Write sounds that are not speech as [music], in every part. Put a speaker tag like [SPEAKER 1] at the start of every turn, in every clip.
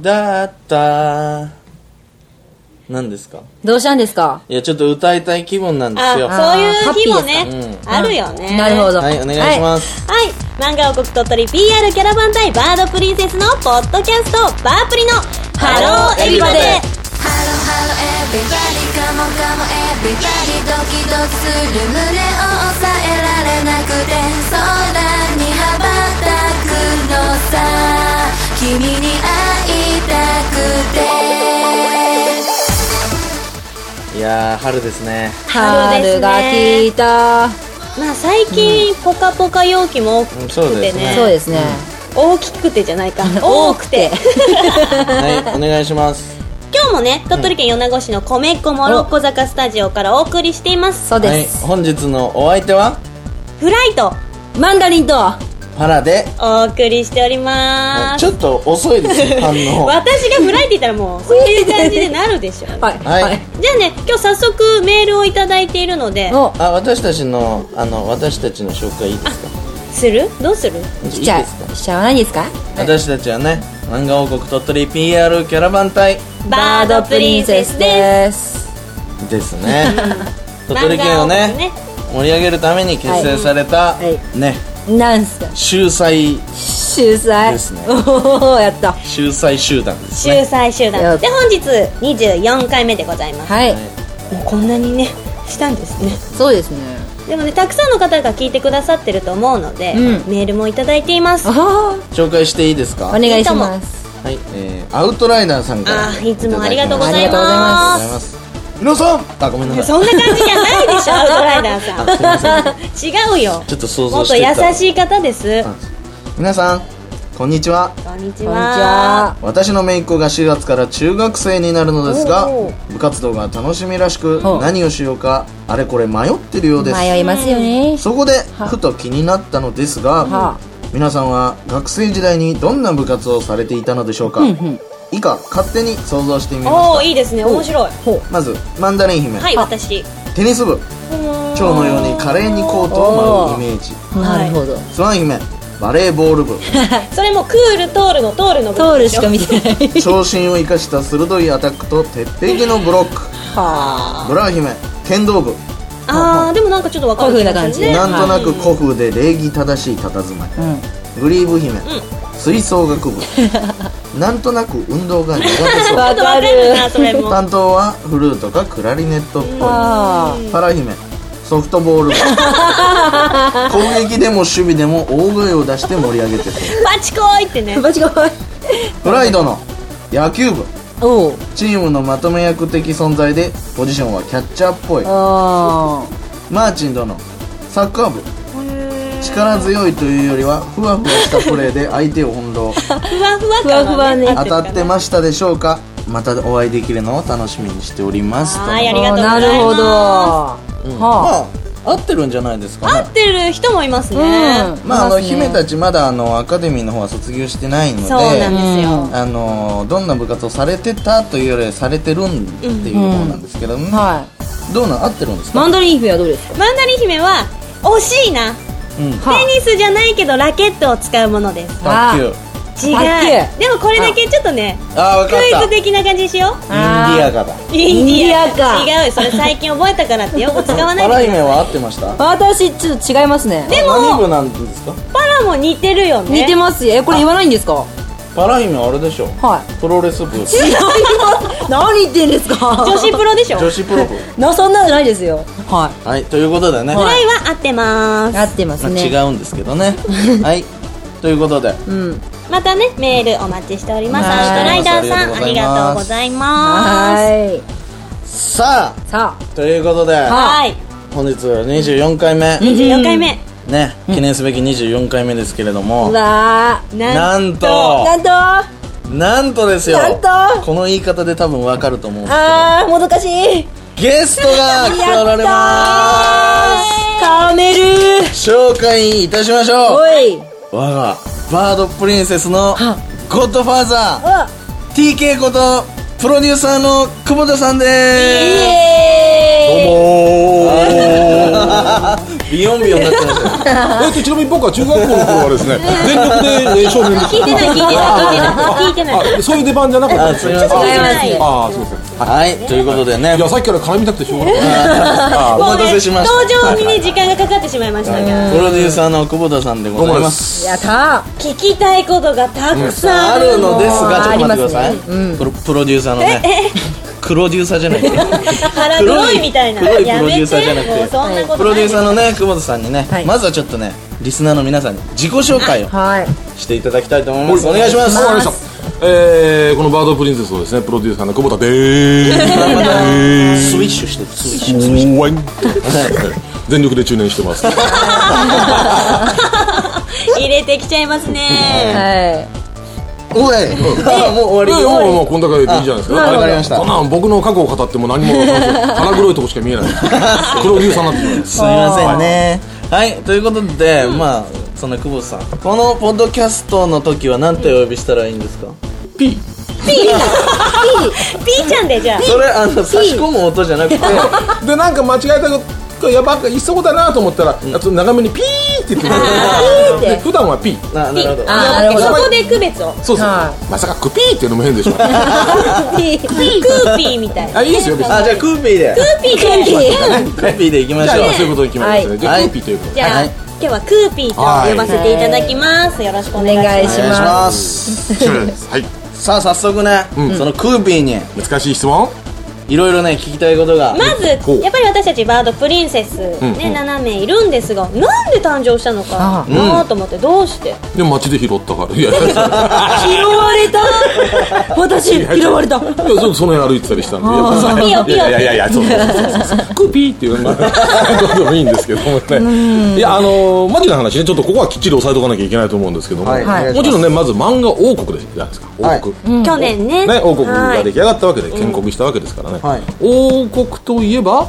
[SPEAKER 1] だった何ですか
[SPEAKER 2] どうしたんですか
[SPEAKER 1] いやちょっと歌いたい気分なんですよ
[SPEAKER 2] あ
[SPEAKER 1] は
[SPEAKER 2] ー
[SPEAKER 3] そういう日もね
[SPEAKER 1] ハッピーです、
[SPEAKER 3] あるよね。
[SPEAKER 2] なるほ
[SPEAKER 1] いお
[SPEAKER 2] ど。
[SPEAKER 1] 願いし
[SPEAKER 2] は
[SPEAKER 1] ます、
[SPEAKER 3] はい。漫画王国鳥取 PR キャラバン対バードプリンセスのポッドキャスト、バープリのハローエビバデー。
[SPEAKER 4] ハローハローエビバディカモカモエビバディドキドキする胸を抑えられなくて空に羽ばたくのさ君に会いたくて
[SPEAKER 1] いやー春ですね
[SPEAKER 3] 春で
[SPEAKER 2] 春
[SPEAKER 3] すね
[SPEAKER 2] が来た。
[SPEAKER 3] まあ最近、ポカポカ容器も大
[SPEAKER 1] うん
[SPEAKER 3] き
[SPEAKER 1] そう
[SPEAKER 3] く
[SPEAKER 1] で
[SPEAKER 3] て
[SPEAKER 1] すね
[SPEAKER 3] ね。
[SPEAKER 2] そうですね。
[SPEAKER 3] 大きくてじゃないか。多くて。
[SPEAKER 1] はいお願いします
[SPEAKER 3] [laughs] 今日もね、鳥取県米子市の米っ子モロッコ坂スタジオからお送りしています。
[SPEAKER 2] [laughs] そう
[SPEAKER 1] はい
[SPEAKER 2] です。
[SPEAKER 1] 本日のお相手は
[SPEAKER 3] フライト、
[SPEAKER 2] マンダリンと、
[SPEAKER 1] パラで
[SPEAKER 3] お送りしておりま
[SPEAKER 1] ち
[SPEAKER 3] す。
[SPEAKER 1] ょっと遅い
[SPEAKER 2] [laughs]
[SPEAKER 1] ですよ反応は
[SPEAKER 3] 私がフライって言ったらもう、そういう感じでなるでしょ。
[SPEAKER 2] はい。
[SPEAKER 1] い、
[SPEAKER 3] じゃあね、今日早速メールをいただいているので、
[SPEAKER 2] お、
[SPEAKER 1] あ私たちのあの私たちの紹介いいですか
[SPEAKER 3] するどうする
[SPEAKER 1] いいです
[SPEAKER 2] じゃ
[SPEAKER 1] か
[SPEAKER 2] あ、しちゃわないですか。
[SPEAKER 1] 私たちはね漫画王国鳥取 PR キャラバン隊
[SPEAKER 3] バードプリンセスです
[SPEAKER 1] です
[SPEAKER 2] [laughs]
[SPEAKER 1] ね鳥取県を
[SPEAKER 3] 漫画王国
[SPEAKER 1] ね
[SPEAKER 3] ね
[SPEAKER 1] 盛り上げるために結成された、
[SPEAKER 2] はいは
[SPEAKER 1] ね
[SPEAKER 2] なんすか
[SPEAKER 1] 秀才
[SPEAKER 2] 秀才。
[SPEAKER 1] ですね
[SPEAKER 2] おお、やった。
[SPEAKER 1] 秀才集団です
[SPEAKER 3] 秀
[SPEAKER 1] ね
[SPEAKER 3] 才集
[SPEAKER 2] や
[SPEAKER 3] 団
[SPEAKER 2] っ
[SPEAKER 3] で本日24回目でございます、
[SPEAKER 2] はい。
[SPEAKER 3] もうこんなにねしたんですね
[SPEAKER 2] そうですね。
[SPEAKER 3] でもねたくさんの方が聞いてくださってると思うので、
[SPEAKER 2] うん
[SPEAKER 3] メールもいただいています
[SPEAKER 2] あは
[SPEAKER 1] 紹介していいですか
[SPEAKER 2] お
[SPEAKER 1] はい、
[SPEAKER 2] 願いします。
[SPEAKER 1] えー、アウトライナーさんから
[SPEAKER 3] あーいつもありがとうござ
[SPEAKER 1] い
[SPEAKER 3] い
[SPEAKER 1] た
[SPEAKER 3] ま
[SPEAKER 1] だき
[SPEAKER 3] す
[SPEAKER 1] ましたありがとうございます皆さんあごめんなさい
[SPEAKER 3] そんな感じじゃないでしょアウトライダ
[SPEAKER 1] あすいません
[SPEAKER 3] ーさん違うよ
[SPEAKER 1] ちょっと想
[SPEAKER 3] も
[SPEAKER 1] 像
[SPEAKER 3] っ
[SPEAKER 1] し
[SPEAKER 3] と
[SPEAKER 1] て
[SPEAKER 3] 優
[SPEAKER 1] た
[SPEAKER 3] しい方ですこんに
[SPEAKER 1] 皆さんこんにちは
[SPEAKER 3] ちは
[SPEAKER 2] こんにちは。
[SPEAKER 1] 私の姪っ子が4月から中学生になるのですが
[SPEAKER 3] おうおう
[SPEAKER 1] 部活動が楽しみらしく
[SPEAKER 2] ほう
[SPEAKER 1] 何をしようかあれこれ迷ってるようです
[SPEAKER 2] 迷いますよね。
[SPEAKER 1] そこでふと気になったのですが、
[SPEAKER 2] はあ
[SPEAKER 1] 皆さんは学生時代にどんな部活をされていたのでしょうか、以下勝手に想像してみま
[SPEAKER 3] おお
[SPEAKER 1] し
[SPEAKER 3] いいですね面白い
[SPEAKER 1] たまずマンダリン姫、
[SPEAKER 3] はい私
[SPEAKER 1] テニス部蝶のように華麗にコートを舞うイメージ
[SPEAKER 2] なるほど。
[SPEAKER 1] スワン姫バレーボール部
[SPEAKER 3] それもクール通るの通るの
[SPEAKER 2] 通るしか見てない。
[SPEAKER 1] 長身を生かした鋭いアタックと鉄壁のブロック
[SPEAKER 2] は
[SPEAKER 1] ブラ姫剣道部
[SPEAKER 3] あーでもなんかちょっとわかる気がす
[SPEAKER 2] 古風
[SPEAKER 3] るね
[SPEAKER 1] なんとなく古風で礼儀正しい佇まい、
[SPEAKER 2] ん
[SPEAKER 1] グリーブ姫、吹奏楽部なんとなく運動が苦手
[SPEAKER 2] [laughs] あ。
[SPEAKER 1] そ
[SPEAKER 3] ちょ
[SPEAKER 2] わ
[SPEAKER 3] っとわ
[SPEAKER 2] か
[SPEAKER 3] かる
[SPEAKER 2] る。
[SPEAKER 3] なそれも [laughs]
[SPEAKER 1] う担当はフルートかクラリネットっぽ
[SPEAKER 2] あ
[SPEAKER 1] いパラ姫ソフトボー
[SPEAKER 3] [laughs]
[SPEAKER 1] ル部攻撃でも守備でも大声を出して盛り上げてそう
[SPEAKER 3] バチコーイってね
[SPEAKER 2] あ。間違い。
[SPEAKER 1] プライドの野球部
[SPEAKER 2] おお。
[SPEAKER 1] チームのまとめ役的存在でポジションはキャッチャーっぽい
[SPEAKER 2] あ
[SPEAKER 1] マーチン殿サッカー部力強いというよりはふわふわしたプレーで相手を翻
[SPEAKER 3] [laughs]
[SPEAKER 1] 弄
[SPEAKER 3] ふわふわ
[SPEAKER 2] ふわふわ
[SPEAKER 3] 感
[SPEAKER 2] ね
[SPEAKER 3] ね
[SPEAKER 1] 当たってましたでしょうかまたお会いできるのを楽しみにしておりますと
[SPEAKER 3] はいあ
[SPEAKER 2] あ
[SPEAKER 3] りがとうございます
[SPEAKER 2] なる
[SPEAKER 1] う
[SPEAKER 2] ほど。
[SPEAKER 1] ん
[SPEAKER 2] は
[SPEAKER 1] まあ合ってるんじゃないですか
[SPEAKER 3] 合
[SPEAKER 1] ね
[SPEAKER 3] ってる人もいますね、
[SPEAKER 2] あ。うん。
[SPEAKER 1] まああの
[SPEAKER 2] いますね
[SPEAKER 1] 姫たちまだあのアカデミーの方は卒業してないので
[SPEAKER 3] そうなんですよ、
[SPEAKER 1] あのどんな部活をされてたというよりはされてるんっていう方なんですけども、
[SPEAKER 2] は
[SPEAKER 1] どうなん合ってるんです
[SPEAKER 2] い。マ
[SPEAKER 1] か、
[SPEAKER 2] ンダリン姫はどうですか。
[SPEAKER 3] マンダリン姫は惜しいな
[SPEAKER 1] うん、
[SPEAKER 3] テニスじゃないけどラケットを使うものです
[SPEAKER 1] 卓球
[SPEAKER 3] 違う
[SPEAKER 2] 卓球
[SPEAKER 3] でもこれだけちょっとね
[SPEAKER 1] ああ分
[SPEAKER 3] ク
[SPEAKER 1] かっ
[SPEAKER 3] イ
[SPEAKER 1] たイ
[SPEAKER 3] ズ
[SPEAKER 1] ンデ
[SPEAKER 3] 的な感じにしよう
[SPEAKER 1] ィアガだ
[SPEAKER 3] イ
[SPEAKER 2] ンディアか
[SPEAKER 3] 違うよそれ最近覚えたからって [laughs] よく使わない
[SPEAKER 1] パラ
[SPEAKER 3] で
[SPEAKER 1] 姫は合ってました
[SPEAKER 2] 私ちょっと違いますね。
[SPEAKER 3] でも
[SPEAKER 1] 何部なんですか
[SPEAKER 3] パラも似てるよね
[SPEAKER 2] 似てますよ。えこれ言わないんですか。
[SPEAKER 1] パラ姫あれでしょ
[SPEAKER 2] は
[SPEAKER 1] プロレス部女
[SPEAKER 2] い。違います。 [laughs] 何言ってんですか。
[SPEAKER 3] 女子プロでしょぐ
[SPEAKER 1] 子プロ部
[SPEAKER 2] なそんなのないですよ。は
[SPEAKER 1] はいということでね、
[SPEAKER 3] らいは合ってま
[SPEAKER 2] い。合
[SPEAKER 3] す
[SPEAKER 2] ってま
[SPEAKER 1] ますあ
[SPEAKER 2] ね。
[SPEAKER 1] 違うんですけどねはいということで
[SPEAKER 2] うん。
[SPEAKER 3] またねメールお待ちしております
[SPEAKER 2] はい
[SPEAKER 3] アウトライダーさんあ
[SPEAKER 1] あ
[SPEAKER 3] り
[SPEAKER 1] り
[SPEAKER 3] が
[SPEAKER 1] が
[SPEAKER 3] と
[SPEAKER 1] と
[SPEAKER 3] う
[SPEAKER 1] う
[SPEAKER 3] ご
[SPEAKER 1] ご
[SPEAKER 3] ざ
[SPEAKER 1] ざ
[SPEAKER 3] います
[SPEAKER 2] は
[SPEAKER 1] さ
[SPEAKER 2] い。さあ。
[SPEAKER 1] あということで、
[SPEAKER 3] はい
[SPEAKER 1] 本日24回目、
[SPEAKER 3] 24回目
[SPEAKER 1] ね記念すべき24回目ですけれども、
[SPEAKER 2] うわ
[SPEAKER 3] な
[SPEAKER 1] なんんと
[SPEAKER 2] あ。なんと。あ
[SPEAKER 1] なんとですよ
[SPEAKER 2] なんと
[SPEAKER 1] この言い方で多分わかると思うんです
[SPEAKER 2] あーもどかしい。
[SPEAKER 1] ゲストが来ておられま
[SPEAKER 2] カメル。
[SPEAKER 1] す紹介いたしましょう
[SPEAKER 2] おい。
[SPEAKER 1] 我がバードプリンセスのゴッドファーザ
[SPEAKER 2] あ。
[SPEAKER 1] ー TK ことプロデューサーの久保田さんで
[SPEAKER 2] イエーイ。
[SPEAKER 1] すどうもー
[SPEAKER 5] ビヨンビヨンになってましたよ
[SPEAKER 6] えっとちなみに僕は中学校の頃はですね全力で、えー、正面
[SPEAKER 3] 聞いてない聞いてない聞いてない聞いてない
[SPEAKER 6] あそういう出番じゃなかった
[SPEAKER 1] あ
[SPEAKER 6] んですす
[SPEAKER 1] い
[SPEAKER 6] ね
[SPEAKER 1] ません
[SPEAKER 3] 聞い
[SPEAKER 2] 違
[SPEAKER 3] て
[SPEAKER 2] います
[SPEAKER 3] ない
[SPEAKER 6] ああそうですね
[SPEAKER 1] はいということでね
[SPEAKER 6] いやさっきから絡みたくてしょうがない
[SPEAKER 1] [laughs] あ
[SPEAKER 3] も
[SPEAKER 1] お
[SPEAKER 3] うね
[SPEAKER 1] 待たせしました
[SPEAKER 3] 登場にね時間がかかってしまいましたが
[SPEAKER 1] プロデューサーの久保田さんでございます
[SPEAKER 2] やった
[SPEAKER 3] 聞きたいことがたくさん
[SPEAKER 1] あ
[SPEAKER 3] ある
[SPEAKER 1] るの
[SPEAKER 3] の
[SPEAKER 1] ですがちょっと待ってくだ
[SPEAKER 2] あ
[SPEAKER 1] さい
[SPEAKER 2] り
[SPEAKER 1] プロプロデューサーのねプロデューサーじゃない
[SPEAKER 3] 腹黒いみたいな
[SPEAKER 1] 黒い
[SPEAKER 3] や
[SPEAKER 1] 黒
[SPEAKER 3] め
[SPEAKER 1] いプロデューサーじゃな
[SPEAKER 3] て
[SPEAKER 1] くて
[SPEAKER 3] もうそんなこと
[SPEAKER 1] プロデューサー
[SPEAKER 3] ー
[SPEAKER 1] のね久保田さんにね
[SPEAKER 2] はい
[SPEAKER 1] まずはちょっとねリスナーの皆さんに自己紹介を
[SPEAKER 2] はい
[SPEAKER 1] していただきたいと思いますお願いします
[SPEAKER 6] わかりましたえー、このバードプリンセスをですねプロデューサーの久保田でーす
[SPEAKER 1] スイッシュしてるスイッシュ
[SPEAKER 6] ワインはい全力で中年してます
[SPEAKER 3] 入れてきちゃいますね
[SPEAKER 2] は
[SPEAKER 1] おい [laughs] もう終わ
[SPEAKER 6] い
[SPEAKER 1] り
[SPEAKER 6] やもうもうこんだけでいいじゃないですか
[SPEAKER 1] あわかりました
[SPEAKER 6] こんなん僕の過去を語っても何も腹黒いとこしか見えないプロデューサーになってる
[SPEAKER 1] すいませんねはいということでまあその久保田さんこのポッドキャストの時は何てお呼びしたらいいんですか
[SPEAKER 3] ピーちゃんでじゃあ
[SPEAKER 1] それあの差し込む音じゃなくて
[SPEAKER 6] [laughs] でなんか間違えたことやばっかいそうだなと思ったら、ちょっと長めにピーって言ってくれるで普段はピー
[SPEAKER 1] ななるほど
[SPEAKER 2] あーなるほど
[SPEAKER 3] そこで区別を
[SPEAKER 6] そうそう、
[SPEAKER 2] は
[SPEAKER 6] まさかクピーっていうのも変で [laughs] しょ
[SPEAKER 2] い
[SPEAKER 3] クーピーみたいな
[SPEAKER 6] あいいですよ別に
[SPEAKER 1] あじゃあクーピーで
[SPEAKER 3] クーピーで
[SPEAKER 1] クーピーでいきま
[SPEAKER 6] じゃ
[SPEAKER 1] し
[SPEAKER 6] あ
[SPEAKER 1] ょう
[SPEAKER 6] そういうことに決まりますね、
[SPEAKER 2] はい
[SPEAKER 6] じゃあ、
[SPEAKER 1] はい
[SPEAKER 6] クーピーということで
[SPEAKER 3] じゃあ
[SPEAKER 1] はい
[SPEAKER 3] 今日はクーピーと呼ばせていただきますよろしくお願い
[SPEAKER 2] お願い
[SPEAKER 3] し
[SPEAKER 2] し
[SPEAKER 3] ます
[SPEAKER 1] お願いし
[SPEAKER 2] ま
[SPEAKER 6] [laughs]
[SPEAKER 1] ます
[SPEAKER 6] はい
[SPEAKER 1] さあ早速ねそのクーピーに
[SPEAKER 6] 難しい質問
[SPEAKER 1] いろいろね聞きたいことが
[SPEAKER 3] まず
[SPEAKER 6] こう
[SPEAKER 3] やっぱり私たちバードプリンセス
[SPEAKER 6] んう
[SPEAKER 3] ね
[SPEAKER 6] ん
[SPEAKER 3] 7名いるんですがなんで誕生したのか
[SPEAKER 2] あ
[SPEAKER 3] なあと思ってどうして
[SPEAKER 6] で街で拾ったからい [laughs] やいや
[SPEAKER 2] 拾われ [laughs] た私拾われた
[SPEAKER 6] いやそうその辺歩いてたりしたんでやっぱさ
[SPEAKER 3] ピヨピヨ
[SPEAKER 6] いやいやいやいやそうそうそうそうクーピーっていうのがどうでもいいんですけどもねいやあのーマジな話ねちょっとここはきっちり押さえとかなきゃいけないと思うんですけども、
[SPEAKER 1] はいはい
[SPEAKER 6] もちろんねまず漫画王国でじゃないですか王国、
[SPEAKER 3] 去年ね
[SPEAKER 6] ね、王国
[SPEAKER 3] は
[SPEAKER 6] が
[SPEAKER 3] い
[SPEAKER 6] 出来上がったわけで建国したわけですからね、
[SPEAKER 1] はい
[SPEAKER 6] 王国といえば、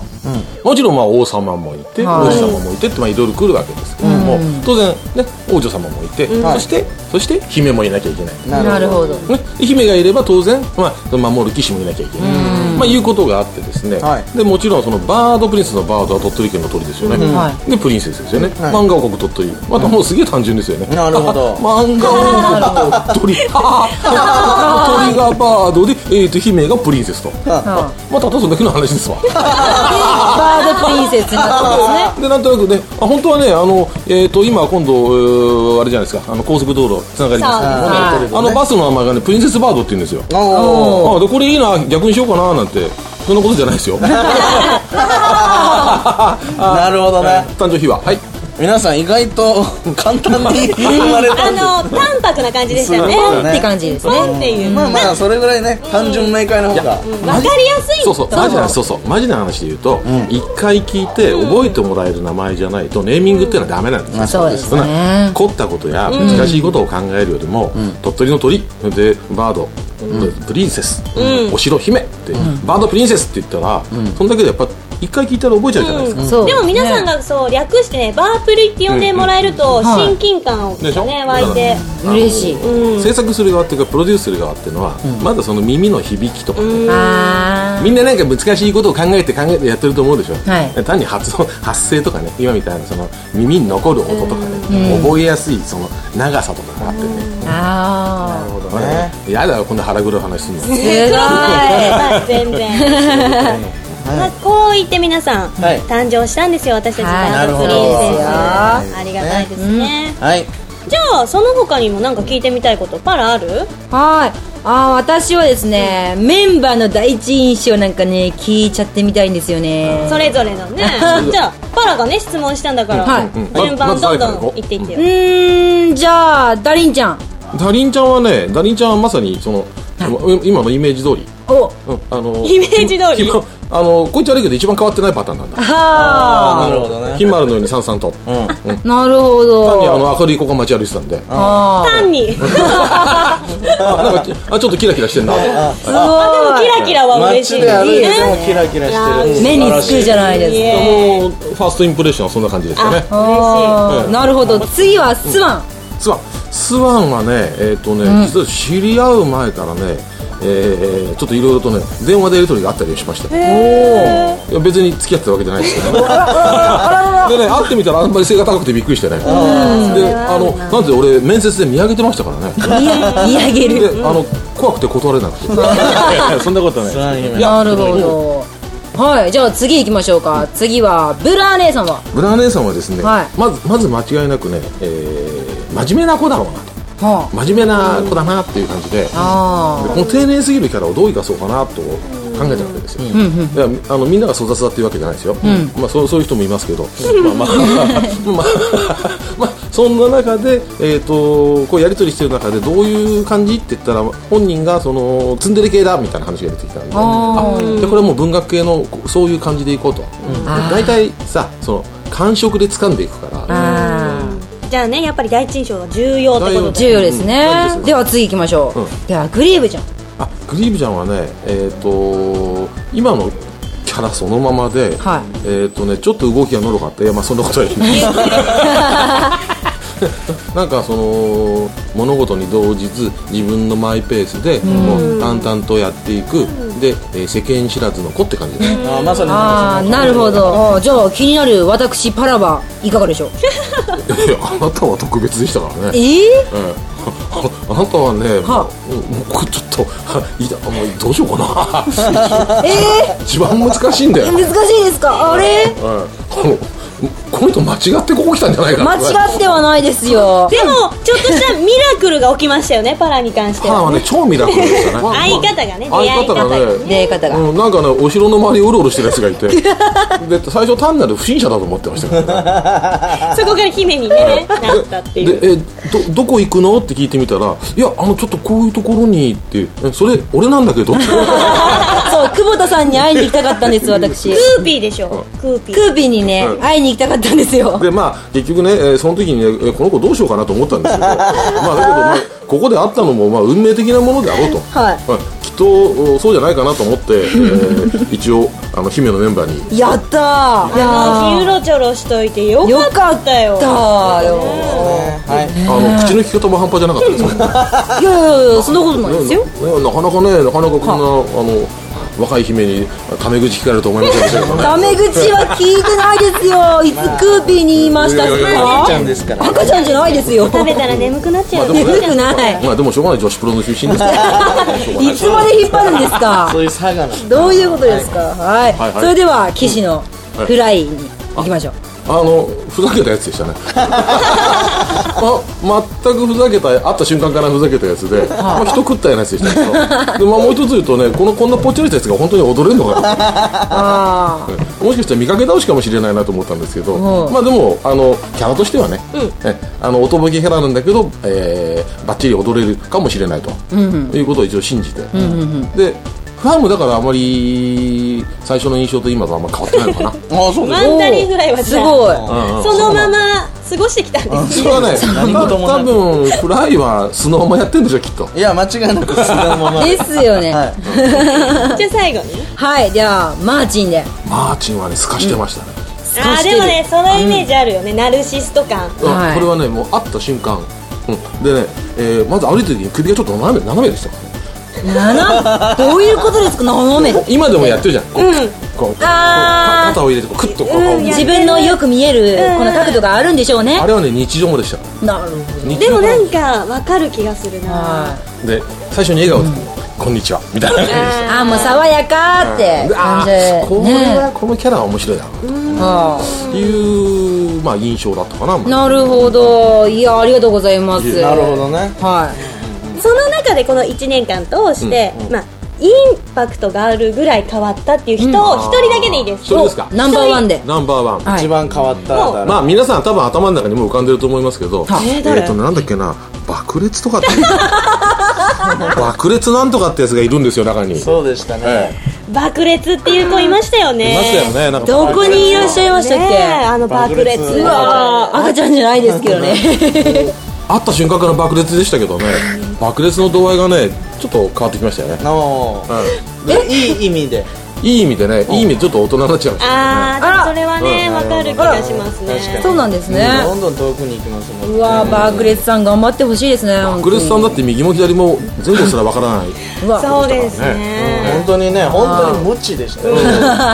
[SPEAKER 6] もちろんまあ王様もいて、
[SPEAKER 2] はい
[SPEAKER 6] 王子様もいてってまあいろいろ来るわけですけども、当然、ね、王女様もいて、そして、そして姫もいなきゃいけない、
[SPEAKER 2] なるほど
[SPEAKER 6] ね、姫がいれば当然、まあ、守る騎士もいなきゃいけない、まあ、いうことがあってですね、
[SPEAKER 1] はい
[SPEAKER 6] でもちろんそのバードプリンセスのバードは鳥取県の鳥ですよね、
[SPEAKER 2] は
[SPEAKER 6] でプリンセスですよね、漫画王国鳥取またもうすげえ単純ですよね、
[SPEAKER 1] なるほ
[SPEAKER 6] [laughs]
[SPEAKER 1] ど
[SPEAKER 6] 漫画王
[SPEAKER 1] [laughs]
[SPEAKER 6] 国鳥取鳥がバードで、えー、と姫がプリンセスと、
[SPEAKER 2] は
[SPEAKER 6] まあ、ただそれだけの話ですわ
[SPEAKER 2] バードプリンセスになったんですね
[SPEAKER 6] でなんとなくねあ本当はねあの、えー、と今今度、えーあれじゃないですかあの高速道路つながりますけどもね
[SPEAKER 2] そう
[SPEAKER 1] です
[SPEAKER 6] あのバスの名前がねプリンセスバードって言うんですよ
[SPEAKER 1] お
[SPEAKER 6] あでこれいいな逆にしようかななんてそんなことじゃないです
[SPEAKER 2] [laughs]
[SPEAKER 6] よ [laughs]
[SPEAKER 1] ーなるほどね
[SPEAKER 6] [laughs] 誕生日ははい
[SPEAKER 1] 皆さん意外と [laughs] 簡単に生まれたんで
[SPEAKER 3] あの淡白な感じでしたよね
[SPEAKER 1] そう
[SPEAKER 2] って感じですね
[SPEAKER 3] ポンっていう
[SPEAKER 1] まあまあそれぐらいね単純明快な方が
[SPEAKER 3] わかりやすい
[SPEAKER 6] そうそうマジな話そうそうマジな話で言うと一、回聞いて覚えてもらえる名前じゃないとネーミングっていうのはダメなんですよ
[SPEAKER 2] そうですね
[SPEAKER 6] 凝ったことや難しいことを考えるよりも、鳥取の鳥でバード、プリンセス、お城姫って、バードプリンセスって言ったら、そんだけでやっぱ一回聞いたら覚えちゃうじゃないですか、
[SPEAKER 2] そう
[SPEAKER 3] でも皆さんがそう略してねバープリって呼んでもらえると
[SPEAKER 2] はい
[SPEAKER 3] 親近感
[SPEAKER 6] でしょ
[SPEAKER 3] がね湧いて
[SPEAKER 2] 嬉しい
[SPEAKER 6] 制作する側っていうかプロデュースする側っていうのは、まだその耳の響きとかね、
[SPEAKER 2] あ
[SPEAKER 6] みんななんか難しいことを考えて考えてやってると思うでしょ、
[SPEAKER 2] はい
[SPEAKER 6] 単に発音発声とかね今みたいなその耳に残る音とかね、覚えやすいその長さとかがあってね、
[SPEAKER 2] ーあー
[SPEAKER 6] ねやだよこんな腹黒い話すんの
[SPEAKER 2] すご
[SPEAKER 3] はい全然まあこう言って皆さん
[SPEAKER 1] はい
[SPEAKER 3] 誕生したんですよ私たち
[SPEAKER 2] はい
[SPEAKER 3] バードプリンセス
[SPEAKER 1] な
[SPEAKER 3] ありがたいですね
[SPEAKER 1] はい
[SPEAKER 3] じゃあその他にもなんか聞いてみたいことパラある
[SPEAKER 2] いはいあー私はですねメンバーの第一印象なんかね聞いちゃってみたいんですよね
[SPEAKER 3] それぞれのねじゃあパラがね質問したんだから、
[SPEAKER 2] はい
[SPEAKER 6] うん
[SPEAKER 3] 順
[SPEAKER 6] ま
[SPEAKER 3] 番
[SPEAKER 6] ず
[SPEAKER 3] どん
[SPEAKER 6] 誰か
[SPEAKER 3] ど
[SPEAKER 6] ら
[SPEAKER 3] ん
[SPEAKER 6] 行こう
[SPEAKER 3] 行っていってよ、
[SPEAKER 2] うーんじゃあダリンちゃん
[SPEAKER 6] ダリンちゃんはねダリンちゃんはまさにその、今のイメージ通り、
[SPEAKER 2] お
[SPEAKER 6] うんあの
[SPEAKER 3] イメージ通り
[SPEAKER 6] ひまあのこいつ悪いけど一番変わってないパターンなんだ
[SPEAKER 2] は
[SPEAKER 1] なるほどね
[SPEAKER 6] ひまるのようにさんさんと
[SPEAKER 1] うん
[SPEAKER 2] あなるほ
[SPEAKER 6] 単にあ
[SPEAKER 2] ど
[SPEAKER 6] の明るい子が街歩いてたんで
[SPEAKER 2] あ
[SPEAKER 3] 単に
[SPEAKER 6] あなんかちあちょっとキラキラしてんな
[SPEAKER 2] ーすご
[SPEAKER 3] キ
[SPEAKER 2] い
[SPEAKER 3] ラキラは嬉し
[SPEAKER 1] 街
[SPEAKER 3] い
[SPEAKER 1] で歩いて
[SPEAKER 3] ね
[SPEAKER 1] もキラキラしてる
[SPEAKER 2] 目につくじゃないです
[SPEAKER 3] い
[SPEAKER 2] か
[SPEAKER 3] え
[SPEAKER 6] もうファーストインプレッションはそんな感じですよね
[SPEAKER 2] あ
[SPEAKER 6] う
[SPEAKER 2] ー
[SPEAKER 6] ん
[SPEAKER 2] なるほど次はスワン
[SPEAKER 6] スワンスワンはねえっ、とね、実は知り合う前からねえーちょっといろいろとね電話でやり取りがあったりしましたいや別に付き合ってたわけじゃないですけどねでね会ってみたらあんまり背が高くてびっくりしてねであのなんで俺面接で見上げてましたからね
[SPEAKER 2] 見上見上げ
[SPEAKER 6] で
[SPEAKER 2] る
[SPEAKER 6] あの怖くて断れなくていやいやそんなことは
[SPEAKER 7] それは
[SPEAKER 6] ない
[SPEAKER 7] 夢
[SPEAKER 6] いや
[SPEAKER 2] なるほどはいじゃあ次行きましょうか次はブラー姉さんは
[SPEAKER 6] ブラー姉さんはですね、
[SPEAKER 2] はい
[SPEAKER 6] まずまず間違いなくね、えー真面目な子だろうなと
[SPEAKER 2] は
[SPEAKER 6] 真面目な子だなっていう感じででこ
[SPEAKER 2] あ
[SPEAKER 6] の丁寧すぎるキャラをどう生かそうかなと考えたわけですよ、だからあのみんなが粗雑だっていうわけじゃないですよ、まあ、そうそういう人もいますけど、まあまあ [laughs] まあ、まあ、そんな中で、えー、とこうやり取りしてる中でどういう感じって言ったら本人がそのツンデレ系だみたいな話が出てきたんで
[SPEAKER 2] あ
[SPEAKER 6] あでこれはもう文学系のこうそういう感じでいこうと、大体さその感触で掴んでいくから
[SPEAKER 2] あー
[SPEAKER 3] じゃあねやっぱり第一印象が重要ってこと
[SPEAKER 6] 大
[SPEAKER 3] で
[SPEAKER 2] 重要ですね
[SPEAKER 6] うん大事です
[SPEAKER 2] では次行きましょう、
[SPEAKER 6] うん
[SPEAKER 2] いやグリーブじゃん
[SPEAKER 6] あグリーブちゃんはねえっ、と今のキャラそのままで、
[SPEAKER 2] は
[SPEAKER 6] えっ、とねちょっと動きがのろかったいやまあそんなことはいい
[SPEAKER 2] [laughs]
[SPEAKER 6] なんかその物事に動じず自分のマイペースでもう淡々とやっていくで、えー世間知らずの子って感じです
[SPEAKER 7] あーまさに
[SPEAKER 2] ああなるほどあーじゃあ気になる私パラバいかがでしょう
[SPEAKER 6] いやあなたは特別でしたからね
[SPEAKER 2] ええ
[SPEAKER 6] ええああなたはね、
[SPEAKER 2] は
[SPEAKER 6] もうもうこれちょっと [laughs] はいいだもうどうしようかな [laughs] 一番難しいんだよ
[SPEAKER 2] 難しいですかあれ
[SPEAKER 6] はいこのこの人間違ってここ来たんじゃないかな
[SPEAKER 2] 間違ってはないですよ
[SPEAKER 3] でもちょっとしたミラクルが起きましたよねパラに関して
[SPEAKER 6] パラ
[SPEAKER 3] は
[SPEAKER 6] はね超ミラクルでした
[SPEAKER 3] 相
[SPEAKER 6] ね
[SPEAKER 3] 方がね
[SPEAKER 6] 相方がね
[SPEAKER 2] 出会い方が
[SPEAKER 6] うん、なんかねお城の周りをうろうろしてるやつがいて [laughs] で最初単なる不審者だと思ってましたからね
[SPEAKER 3] そこから姫にねなったっていう
[SPEAKER 6] でえどどこ行くのって聞いてみたら「いやあのちょっとこういうところに」って「えそれ俺なんだけど」
[SPEAKER 2] [laughs]
[SPEAKER 6] って
[SPEAKER 2] そう久保田さんに会いに行きたかったんです私ク
[SPEAKER 3] クーピーでしょクーピー
[SPEAKER 2] ーピーにね会いに行きたかったんですよ
[SPEAKER 6] [laughs] でまあ結局ね、えーその時に、ねえーこの子どうしようかなと思った
[SPEAKER 2] [laughs]
[SPEAKER 6] んですけどまあだけど、まあ、ここで会ったのも、まあ、運命的なものであろうと、
[SPEAKER 2] はい
[SPEAKER 6] きっとおそうじゃないかなと思って、えー
[SPEAKER 2] [laughs]
[SPEAKER 6] 一応あの姫のメンバーに
[SPEAKER 2] やったー
[SPEAKER 3] あの日う
[SPEAKER 2] あ
[SPEAKER 3] ろちょろしといてよ
[SPEAKER 2] ーよ
[SPEAKER 3] か
[SPEAKER 2] か
[SPEAKER 3] っ
[SPEAKER 2] ったた
[SPEAKER 3] よ
[SPEAKER 2] よ
[SPEAKER 7] はい
[SPEAKER 6] あの口の利き方も半端じゃなかったですよね
[SPEAKER 2] いやいやいやそんなことないですよ
[SPEAKER 6] ななかなかねなかなかこんなあの若い姫にタメ口聞かれると思いませんでした
[SPEAKER 2] [laughs]
[SPEAKER 6] けどね
[SPEAKER 2] タメ口は聞いてないですよいつクーピーに言いましたっす
[SPEAKER 6] いやいやいや
[SPEAKER 7] 赤ちゃ
[SPEAKER 2] か
[SPEAKER 7] んですから
[SPEAKER 2] 赤ちゃんじゃないですよ
[SPEAKER 3] 食べたら眠くなっちゃうよ
[SPEAKER 6] まあ
[SPEAKER 2] 眠
[SPEAKER 6] で
[SPEAKER 2] くない
[SPEAKER 6] まあでもしょうがない女子プロの出身ですから
[SPEAKER 2] [laughs]
[SPEAKER 6] しょうがない
[SPEAKER 2] いつまで引っ張るんですか
[SPEAKER 7] そういう差がな
[SPEAKER 2] どういうことですかはい、
[SPEAKER 6] はいはい
[SPEAKER 2] それでは騎士のフライに行きましょう、
[SPEAKER 6] あのふざけたやつで [laughs] したねあ全くふざけた会った瞬間からふざけたやつで、まあ、人食ったようなやつでしたけどで、まあ、もう一つ言うとねこのこんなぽっちゃりしたやつが本当に踊れるのか [laughs] な
[SPEAKER 2] あ
[SPEAKER 6] ともしかしたら見かけ倒しかもしれないなと思ったんですけど、まあでもあのキャラとしてはね、えあのおとぼけキャラなんだけど、えー、ばっちり踊れるかもしれないと、いうことを一応信じて、でファームだからあまり最初の印象と今とあんま変わってないのかな
[SPEAKER 7] ああそうです
[SPEAKER 3] マンダリンフライは
[SPEAKER 2] あ
[SPEAKER 3] じ
[SPEAKER 2] す
[SPEAKER 3] ゃあ
[SPEAKER 2] ごい
[SPEAKER 3] そのまま過ごしてきたんです
[SPEAKER 6] それはね、
[SPEAKER 7] 何事もな
[SPEAKER 6] た多
[SPEAKER 7] く
[SPEAKER 6] 分フライはそのままやってんでしょきっと。
[SPEAKER 7] いや間違いなくそのまま
[SPEAKER 2] [laughs] ですよねはい、
[SPEAKER 7] は
[SPEAKER 3] じゃあ最後にね
[SPEAKER 2] ではマーチンで
[SPEAKER 6] マーチンはね透かしてましたね。
[SPEAKER 3] あーでもねそのイメージあるよねナルシスト感
[SPEAKER 6] うん
[SPEAKER 2] はい
[SPEAKER 6] これはねもう会った瞬間、うん、でね、えーまず歩いてる時に首がちょっと斜め斜めでしたからね。
[SPEAKER 2] 斜めどういうことですか斜め
[SPEAKER 6] 今でもやってるじゃん。こうこうこう
[SPEAKER 2] あー
[SPEAKER 6] 肩を入れてこうクッとこう。こう
[SPEAKER 2] 自分のよく見えるこの角度があるんでしょうね
[SPEAKER 6] あれはね日常もでしたから
[SPEAKER 2] なるほ
[SPEAKER 6] 日
[SPEAKER 3] で
[SPEAKER 6] 常
[SPEAKER 3] もなんかわかる気がするな
[SPEAKER 2] ど
[SPEAKER 6] で最初に笑顔で、こんにちはみたいな感じでした。
[SPEAKER 2] あーもう爽やかーって
[SPEAKER 6] であ
[SPEAKER 2] 感じ
[SPEAKER 6] ーこれ
[SPEAKER 2] ね
[SPEAKER 6] はこのキャラは面白いなって
[SPEAKER 2] あ
[SPEAKER 6] いう、まあ、印象だったかな、
[SPEAKER 2] ーなるほどいやありがとうございます
[SPEAKER 7] いなるほどね
[SPEAKER 2] はい
[SPEAKER 3] その中でこの1年間通して、まあインパクトがあるぐらい変わったっていう人を一人だけでいいです、
[SPEAKER 6] そうですか
[SPEAKER 2] ナンバーワンで
[SPEAKER 6] ナンバーワン、
[SPEAKER 2] はい
[SPEAKER 7] 一番変わっただろ
[SPEAKER 6] まあ皆さん多分頭の中にもう浮かんでると思いますけ
[SPEAKER 2] は
[SPEAKER 6] ど、
[SPEAKER 2] い
[SPEAKER 6] えーとねなんだっけな爆裂とかって爆裂なんとかってやつがいるんですよ中に
[SPEAKER 7] そうでしたね
[SPEAKER 6] え
[SPEAKER 3] 爆裂っていう子いましたよね
[SPEAKER 6] えいましたよねなんか
[SPEAKER 2] どこにいらっしゃいましたっ
[SPEAKER 3] ねえ
[SPEAKER 2] け
[SPEAKER 3] あの爆裂
[SPEAKER 7] 爆裂
[SPEAKER 2] うわー赤ちゃんじゃないですけどね
[SPEAKER 6] 会った瞬間から爆裂でしたけどね爆裂の度合いがねちょっと変わってきましたよね
[SPEAKER 7] の
[SPEAKER 6] う
[SPEAKER 7] でいい意味で
[SPEAKER 6] いい意味でね、いい意味でちょっと大人になっちゃいました
[SPEAKER 3] あ
[SPEAKER 2] あら
[SPEAKER 3] あそれはねわかる気がしますね
[SPEAKER 1] 確かに
[SPEAKER 2] そうなんですね、
[SPEAKER 1] どんどん遠くに行きますもん
[SPEAKER 2] うわーバークレスさん頑張ってほしいですね
[SPEAKER 6] クレスさんだって右も左も前後すらわか
[SPEAKER 2] [laughs]
[SPEAKER 6] らない
[SPEAKER 2] うわ
[SPEAKER 3] そうですね
[SPEAKER 1] 本当にね本当に無知でしたよ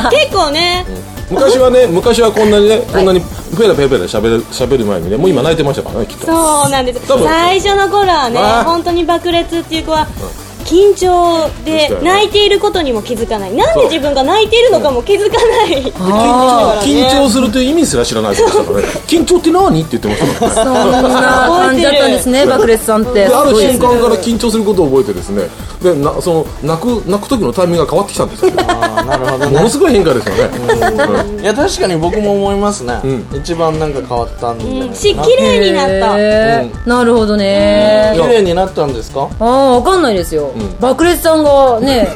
[SPEAKER 3] 結構ね
[SPEAKER 6] 昔はね昔はこんなにねこんなにペラペラペラ喋る喋る前にねもう今泣いてましたからねきっと
[SPEAKER 3] そうなんです
[SPEAKER 6] 多分
[SPEAKER 3] 最初の頃はね
[SPEAKER 6] あー
[SPEAKER 3] 本当に爆裂っていう子は緊張
[SPEAKER 6] でし
[SPEAKER 3] で
[SPEAKER 6] たよね
[SPEAKER 3] 泣いていることにも気づかないなんで
[SPEAKER 6] そう
[SPEAKER 3] 自分が泣いているのかも気づかない緊
[SPEAKER 6] 緊張するという意味すら知らないですからね緊張って何って言ってましたからね
[SPEAKER 2] そんな感じだったんですねバークレスさんって
[SPEAKER 6] である
[SPEAKER 2] すごいで
[SPEAKER 6] 瞬
[SPEAKER 2] す
[SPEAKER 6] 間
[SPEAKER 2] ね
[SPEAKER 6] から緊張することを覚えてですねでなその泣く泣く時のタイミングが変わってきたんです [laughs] よ
[SPEAKER 1] なるほど
[SPEAKER 6] ものすごい変化ですよね、うん
[SPEAKER 1] いや確かに僕も思いますね、
[SPEAKER 6] う
[SPEAKER 1] 一番なんか変わったんじゃないかな
[SPEAKER 3] し綺麗になった
[SPEAKER 2] へーなるほどね
[SPEAKER 1] 綺麗になったんですか
[SPEAKER 2] ああわかんないですよ、バークレスさんがね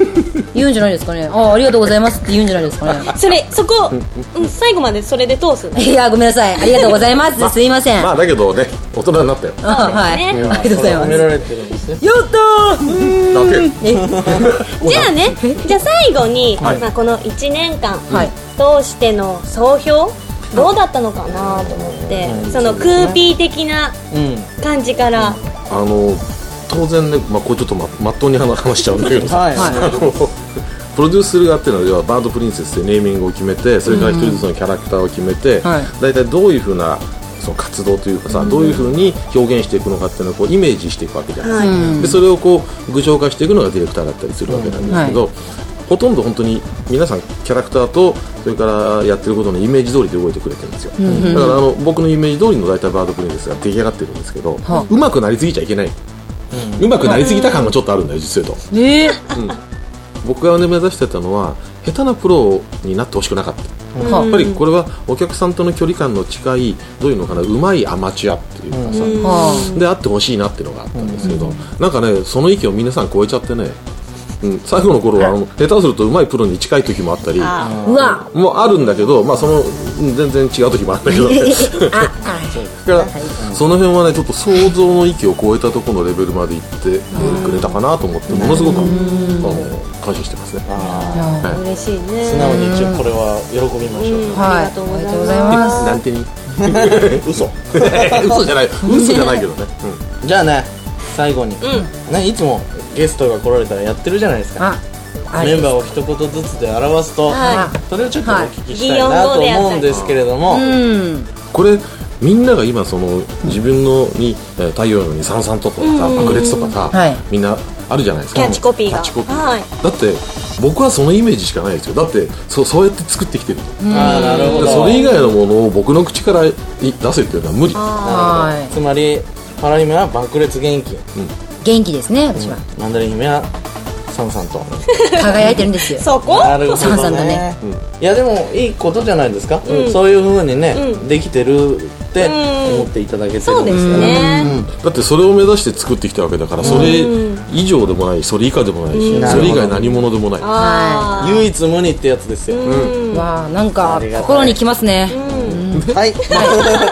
[SPEAKER 2] 言うんじゃないですかねああありがとうございますって言うんじゃないですかね
[SPEAKER 3] それそこうん最後までそれで通すね
[SPEAKER 2] いやごめんなさいありがとうございますすいません、
[SPEAKER 6] まあだけどね大人になったよだ
[SPEAKER 2] あはい、
[SPEAKER 3] ね
[SPEAKER 2] ありがとうございま
[SPEAKER 1] 褒
[SPEAKER 2] す
[SPEAKER 1] められてるんですね
[SPEAKER 2] やったー
[SPEAKER 6] け
[SPEAKER 2] え
[SPEAKER 3] じゃあねじゃあ最後にまあこの1年間
[SPEAKER 2] はい
[SPEAKER 3] 通しての総評どうだったのかなと思ってそのクーピー的な
[SPEAKER 1] うん
[SPEAKER 3] 感じから
[SPEAKER 6] あの当然ね、まあ、これちょっとままっとうに話話しちゃうんだけどさ、
[SPEAKER 1] はい、
[SPEAKER 6] あのプロデュースがあっていうのは要はバードプリンセスというネーミングを決めてそれから一人ずつのキャラクターを決めて、
[SPEAKER 2] はい
[SPEAKER 6] 大体どういうふうなその活動というかさ、どういうふうに表現していくのかっていうのをこうイメージしていくわけじゃないですか、でそれをこう具象化していくのがディレクターだったりするわけなんですけど、ほとんど本当に皆さんキャラクターとそれからやってることのイメージ通りで動いてくれてるんですよ、だからあの僕のイメージ通りの大体バードプリンセスが出来上がってるんですけど、
[SPEAKER 2] は
[SPEAKER 6] うまくなりすぎちゃいけない、うまくなりすぎた感がちょっとあるんだよ実際と。
[SPEAKER 2] えー
[SPEAKER 6] 僕が、ね、目指してたのは下手なプロになってほしくなかった、
[SPEAKER 2] ん
[SPEAKER 6] やっぱりこれはお客さんとの距離感の近いどういうのかなうまいアマチュアっていうかさ、
[SPEAKER 2] は
[SPEAKER 6] であってほしいなっていうのがあったんですけど、なんかねその域を皆さん超えちゃってね、うん、最後の頃はあの下手をするとうまいプロに近い時もあったり
[SPEAKER 2] あうわ
[SPEAKER 6] もうあるんだけど、まあ、そのうん全然違う時もあるんだけ
[SPEAKER 3] [laughs]
[SPEAKER 6] ど
[SPEAKER 2] ああ
[SPEAKER 6] [laughs] だからその辺はねちょっと想像の域を超えたところのレベルまで行ってくれたかなと思ってものすごくあの感謝してますね。
[SPEAKER 3] 嬉しいね
[SPEAKER 1] 素直に一応これは喜びましょう、
[SPEAKER 2] はい
[SPEAKER 3] ありがとうございます
[SPEAKER 2] ありがとうございます
[SPEAKER 6] なん [laughs] てに嘘嘘じゃない嘘じゃないけどね、
[SPEAKER 1] じゃあね最後に、ねいつもゲストが来られたらやってるじゃないですか
[SPEAKER 2] ああれ
[SPEAKER 1] メンバーを一言ずつで表すと、
[SPEAKER 2] は
[SPEAKER 1] それをちょっとお聞きしたいなと思うんですけれども、
[SPEAKER 2] うん
[SPEAKER 6] これみんなが今その自分のにえー太陽のようにさんさんとかさ爆裂とかさ、
[SPEAKER 2] はい
[SPEAKER 6] みんなあるじゃないですか
[SPEAKER 3] キャッチコピーが
[SPEAKER 6] キャッチコピー
[SPEAKER 3] はい
[SPEAKER 6] だって僕はそのイメージしかないですよだってそそうやって作ってきてる
[SPEAKER 1] ああなるほ
[SPEAKER 6] で
[SPEAKER 1] ど
[SPEAKER 6] それ以外のものを僕の口からい出せっていうのは無理
[SPEAKER 2] は
[SPEAKER 1] つまりパラ姫は爆裂元気
[SPEAKER 2] い元気ですね私は
[SPEAKER 1] マンダリン姫はサンさんと
[SPEAKER 2] 輝いてるんですよ
[SPEAKER 3] そこ
[SPEAKER 1] なるほどね
[SPEAKER 2] サンさんだね
[SPEAKER 1] いやでもいいことじゃないですか、そういうふうにね、できてるって思っていただけてるんですか
[SPEAKER 3] そ
[SPEAKER 1] ら
[SPEAKER 3] うですね
[SPEAKER 6] だってそれを目指して作ってきたわけだからそれ以上でもないそれ以下でもないし、
[SPEAKER 1] ん
[SPEAKER 6] それ以外何者でもない、
[SPEAKER 3] あ
[SPEAKER 1] 唯一無二ってやつですよ、
[SPEAKER 2] わあなんか
[SPEAKER 1] ありがたい
[SPEAKER 2] 心にきますね
[SPEAKER 1] はい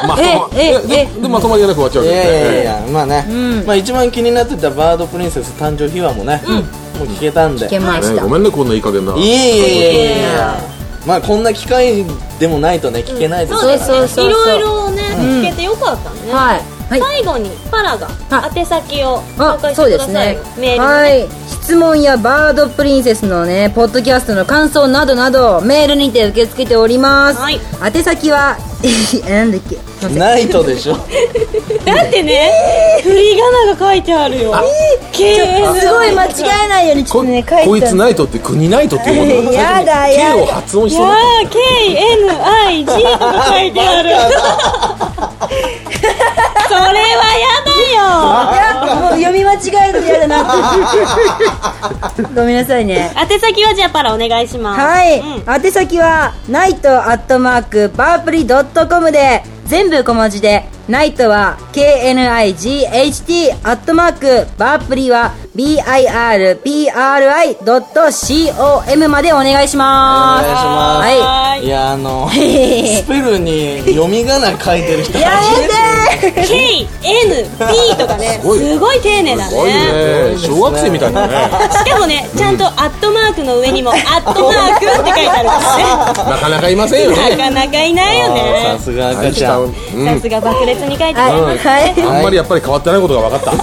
[SPEAKER 6] まとま
[SPEAKER 2] ええ
[SPEAKER 6] ででまとまりがなく終わっちゃう
[SPEAKER 1] い
[SPEAKER 6] わけ
[SPEAKER 1] やい
[SPEAKER 6] で
[SPEAKER 1] やいやまあね、まあ一番気になってたバードプリンセス誕生秘話もね、もう聞けたんで
[SPEAKER 2] いけまし
[SPEAKER 6] ね、
[SPEAKER 2] た
[SPEAKER 6] ごめんねこんないい加減ない
[SPEAKER 1] やいやいやいやまあこんな機会でもないとね聞けないですか
[SPEAKER 2] そう
[SPEAKER 1] ら、
[SPEAKER 2] そう
[SPEAKER 3] い
[SPEAKER 2] そう
[SPEAKER 3] ろい
[SPEAKER 2] そう
[SPEAKER 3] ろね聞けてよかったね
[SPEAKER 2] はいはい
[SPEAKER 3] 最後にパラが
[SPEAKER 2] はい
[SPEAKER 3] 宛先を紹
[SPEAKER 2] あ
[SPEAKER 3] 介し
[SPEAKER 2] そう
[SPEAKER 3] て
[SPEAKER 2] で
[SPEAKER 3] くだ
[SPEAKER 2] す
[SPEAKER 3] さい
[SPEAKER 2] ね
[SPEAKER 3] メールの
[SPEAKER 2] は
[SPEAKER 3] ね
[SPEAKER 2] い質問やバードプリンセスのねポッドキャストの感想などなどメールにて受け付けております、
[SPEAKER 3] はい
[SPEAKER 2] 宛先は [laughs] なんだっけすいません
[SPEAKER 1] ないとでしょ
[SPEAKER 3] だってね振り仮名が書いてあるよ KS
[SPEAKER 2] すごい間違えないようにちょっ
[SPEAKER 6] こと
[SPEAKER 2] ね書いて
[SPEAKER 6] こいつナイトって国ナイトっていうことだ
[SPEAKER 2] やだ
[SPEAKER 6] 最
[SPEAKER 2] やだ
[SPEAKER 6] 初に K を発音し
[SPEAKER 3] い
[SPEAKER 6] そう
[SPEAKER 3] や
[SPEAKER 6] だっ
[SPEAKER 3] ー KNIG とか書い
[SPEAKER 2] [laughs]
[SPEAKER 3] てあるそれは
[SPEAKER 2] もう読み間違えると嫌だなごめんなさいね
[SPEAKER 3] やだよ宛先はじゃあパラお願いします
[SPEAKER 2] はい、
[SPEAKER 3] うん
[SPEAKER 2] 宛先はナイトアットマークバープリドットコムで全部小文字でナイトは KNIGHT アットマークバープリは BIRPRI.com までお願いしま
[SPEAKER 1] お願いし
[SPEAKER 2] す
[SPEAKER 1] ます
[SPEAKER 2] はい [laughs]
[SPEAKER 3] はい
[SPEAKER 1] いやあのスペルに読み仮名書いてる人
[SPEAKER 2] や
[SPEAKER 1] 初めて
[SPEAKER 3] KNB とかね
[SPEAKER 6] すごい
[SPEAKER 3] すごい丁寧だ
[SPEAKER 6] すごい
[SPEAKER 3] ね
[SPEAKER 6] ね小学生みたいなね
[SPEAKER 3] しかもねちゃんとアットマークの上にも「アットマーク」って書いてあるか
[SPEAKER 6] なかなかいませんよ
[SPEAKER 3] らねな
[SPEAKER 6] ね
[SPEAKER 3] かなかいないよ
[SPEAKER 7] さ
[SPEAKER 3] ね
[SPEAKER 7] すが赤ちゃん
[SPEAKER 6] うん
[SPEAKER 3] さすが爆裂に書いてあります
[SPEAKER 2] はい
[SPEAKER 6] あんまりやっぱり変わってないことが分かっ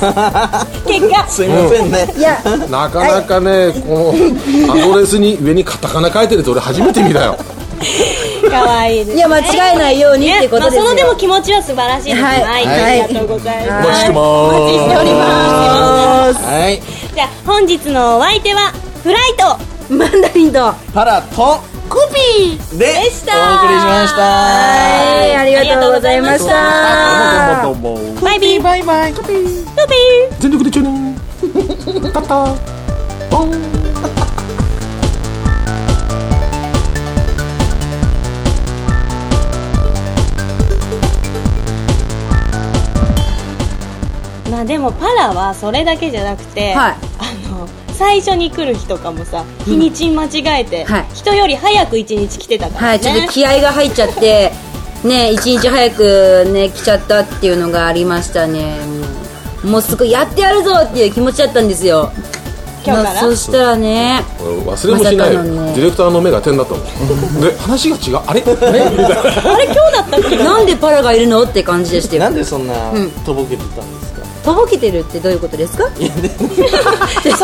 [SPEAKER 3] 結果
[SPEAKER 7] すいませんね
[SPEAKER 2] いや
[SPEAKER 6] たなかなかねこのアドレスに上にカタカナ書いてるって俺初めて見たよ
[SPEAKER 3] 可愛いです
[SPEAKER 2] いや間違えないようにって
[SPEAKER 3] ね、
[SPEAKER 2] こと
[SPEAKER 3] まあ、
[SPEAKER 2] ですよ
[SPEAKER 3] そのでも気持ちは素晴らしいです。
[SPEAKER 2] はい
[SPEAKER 3] はい、
[SPEAKER 2] はい
[SPEAKER 3] ありがとうござい
[SPEAKER 6] お
[SPEAKER 3] ま
[SPEAKER 6] 待ちしてま
[SPEAKER 3] お待ちしており
[SPEAKER 6] ーす
[SPEAKER 7] はい
[SPEAKER 3] す。じゃあ、本日のお相手はフライト
[SPEAKER 2] マンダリンとは
[SPEAKER 7] パラトン
[SPEAKER 3] コピー
[SPEAKER 7] で
[SPEAKER 3] でした
[SPEAKER 7] お送りしました
[SPEAKER 2] いありがとうございまし
[SPEAKER 3] あ
[SPEAKER 2] た
[SPEAKER 6] どうもどうも
[SPEAKER 3] バイビー、バイバイ、コピー、コピー。
[SPEAKER 6] 全力でチューニング
[SPEAKER 3] まあでもパラはそれだけじゃなくて、
[SPEAKER 2] はい
[SPEAKER 3] あの最初に来る日とかもさ日にち間違えて、
[SPEAKER 2] はい
[SPEAKER 3] 人より早く1日来てたからね、
[SPEAKER 2] はいちょっと気合が入っちゃってね一日早くね来ちゃったっていうのがありましたねもうすごいやってやるぞっていう気持ちだったんですよ
[SPEAKER 3] 今日から
[SPEAKER 2] そしたらね
[SPEAKER 6] 忘れもしない、
[SPEAKER 2] まさかのね
[SPEAKER 6] ディレクターの目が点だったもんで話が違う
[SPEAKER 2] [laughs]
[SPEAKER 6] あれあれみた
[SPEAKER 3] あ
[SPEAKER 6] いな
[SPEAKER 3] れ今日だったっけ
[SPEAKER 2] なんでパラがいるのって感じでしたよ
[SPEAKER 7] なんでそんなとぼけてたんですか
[SPEAKER 2] とぼけてるってどういうことですかち
[SPEAKER 3] [laughs] そ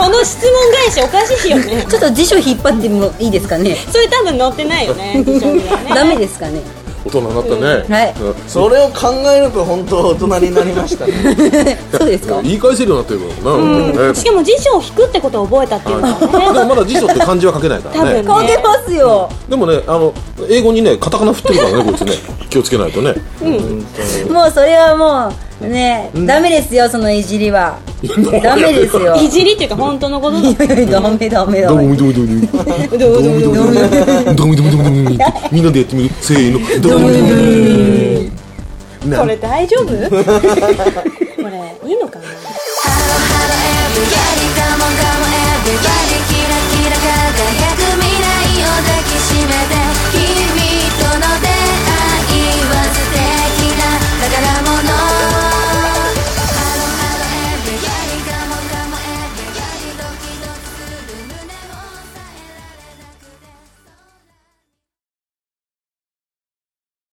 [SPEAKER 3] の質問返しおかしいよね
[SPEAKER 2] ょっと辞書引っ張ってもいいですかね
[SPEAKER 3] それ多分載ってないよ
[SPEAKER 2] [laughs]
[SPEAKER 3] ね辞書にはね
[SPEAKER 2] ダメです
[SPEAKER 3] [laughs]
[SPEAKER 2] かね
[SPEAKER 6] 大人になったね、
[SPEAKER 2] はい
[SPEAKER 6] うん
[SPEAKER 7] それを考えると本当大人になりましたね
[SPEAKER 2] そうですか
[SPEAKER 6] 言い返せるようになってるからな、うんね
[SPEAKER 3] しかも辞書を引くってことを覚えたっていうのは
[SPEAKER 6] はいでもまだ辞書って漢字は書けないか
[SPEAKER 3] 多
[SPEAKER 6] らね
[SPEAKER 3] 分
[SPEAKER 2] 書け
[SPEAKER 3] ね
[SPEAKER 2] ますよ
[SPEAKER 6] でもねあの英語にねカタカナ振ってるからねこいつね気をつけないとね
[SPEAKER 2] もうそれはもうねダメですよそのいじりはダメです [laughs] よ
[SPEAKER 3] いじりっていうか本当のこと
[SPEAKER 2] [laughs]
[SPEAKER 3] だ
[SPEAKER 2] いやいやダメダメダ
[SPEAKER 6] どう
[SPEAKER 2] メ
[SPEAKER 6] もどうもどうもどうもどうもどうもどうもどうもどうもどうもどうもみんなでやってみるせーのどうもどうもどうも
[SPEAKER 3] これ大丈夫 [laughs] これいいのかな
[SPEAKER 4] ハローハローエブリバディカモンカモ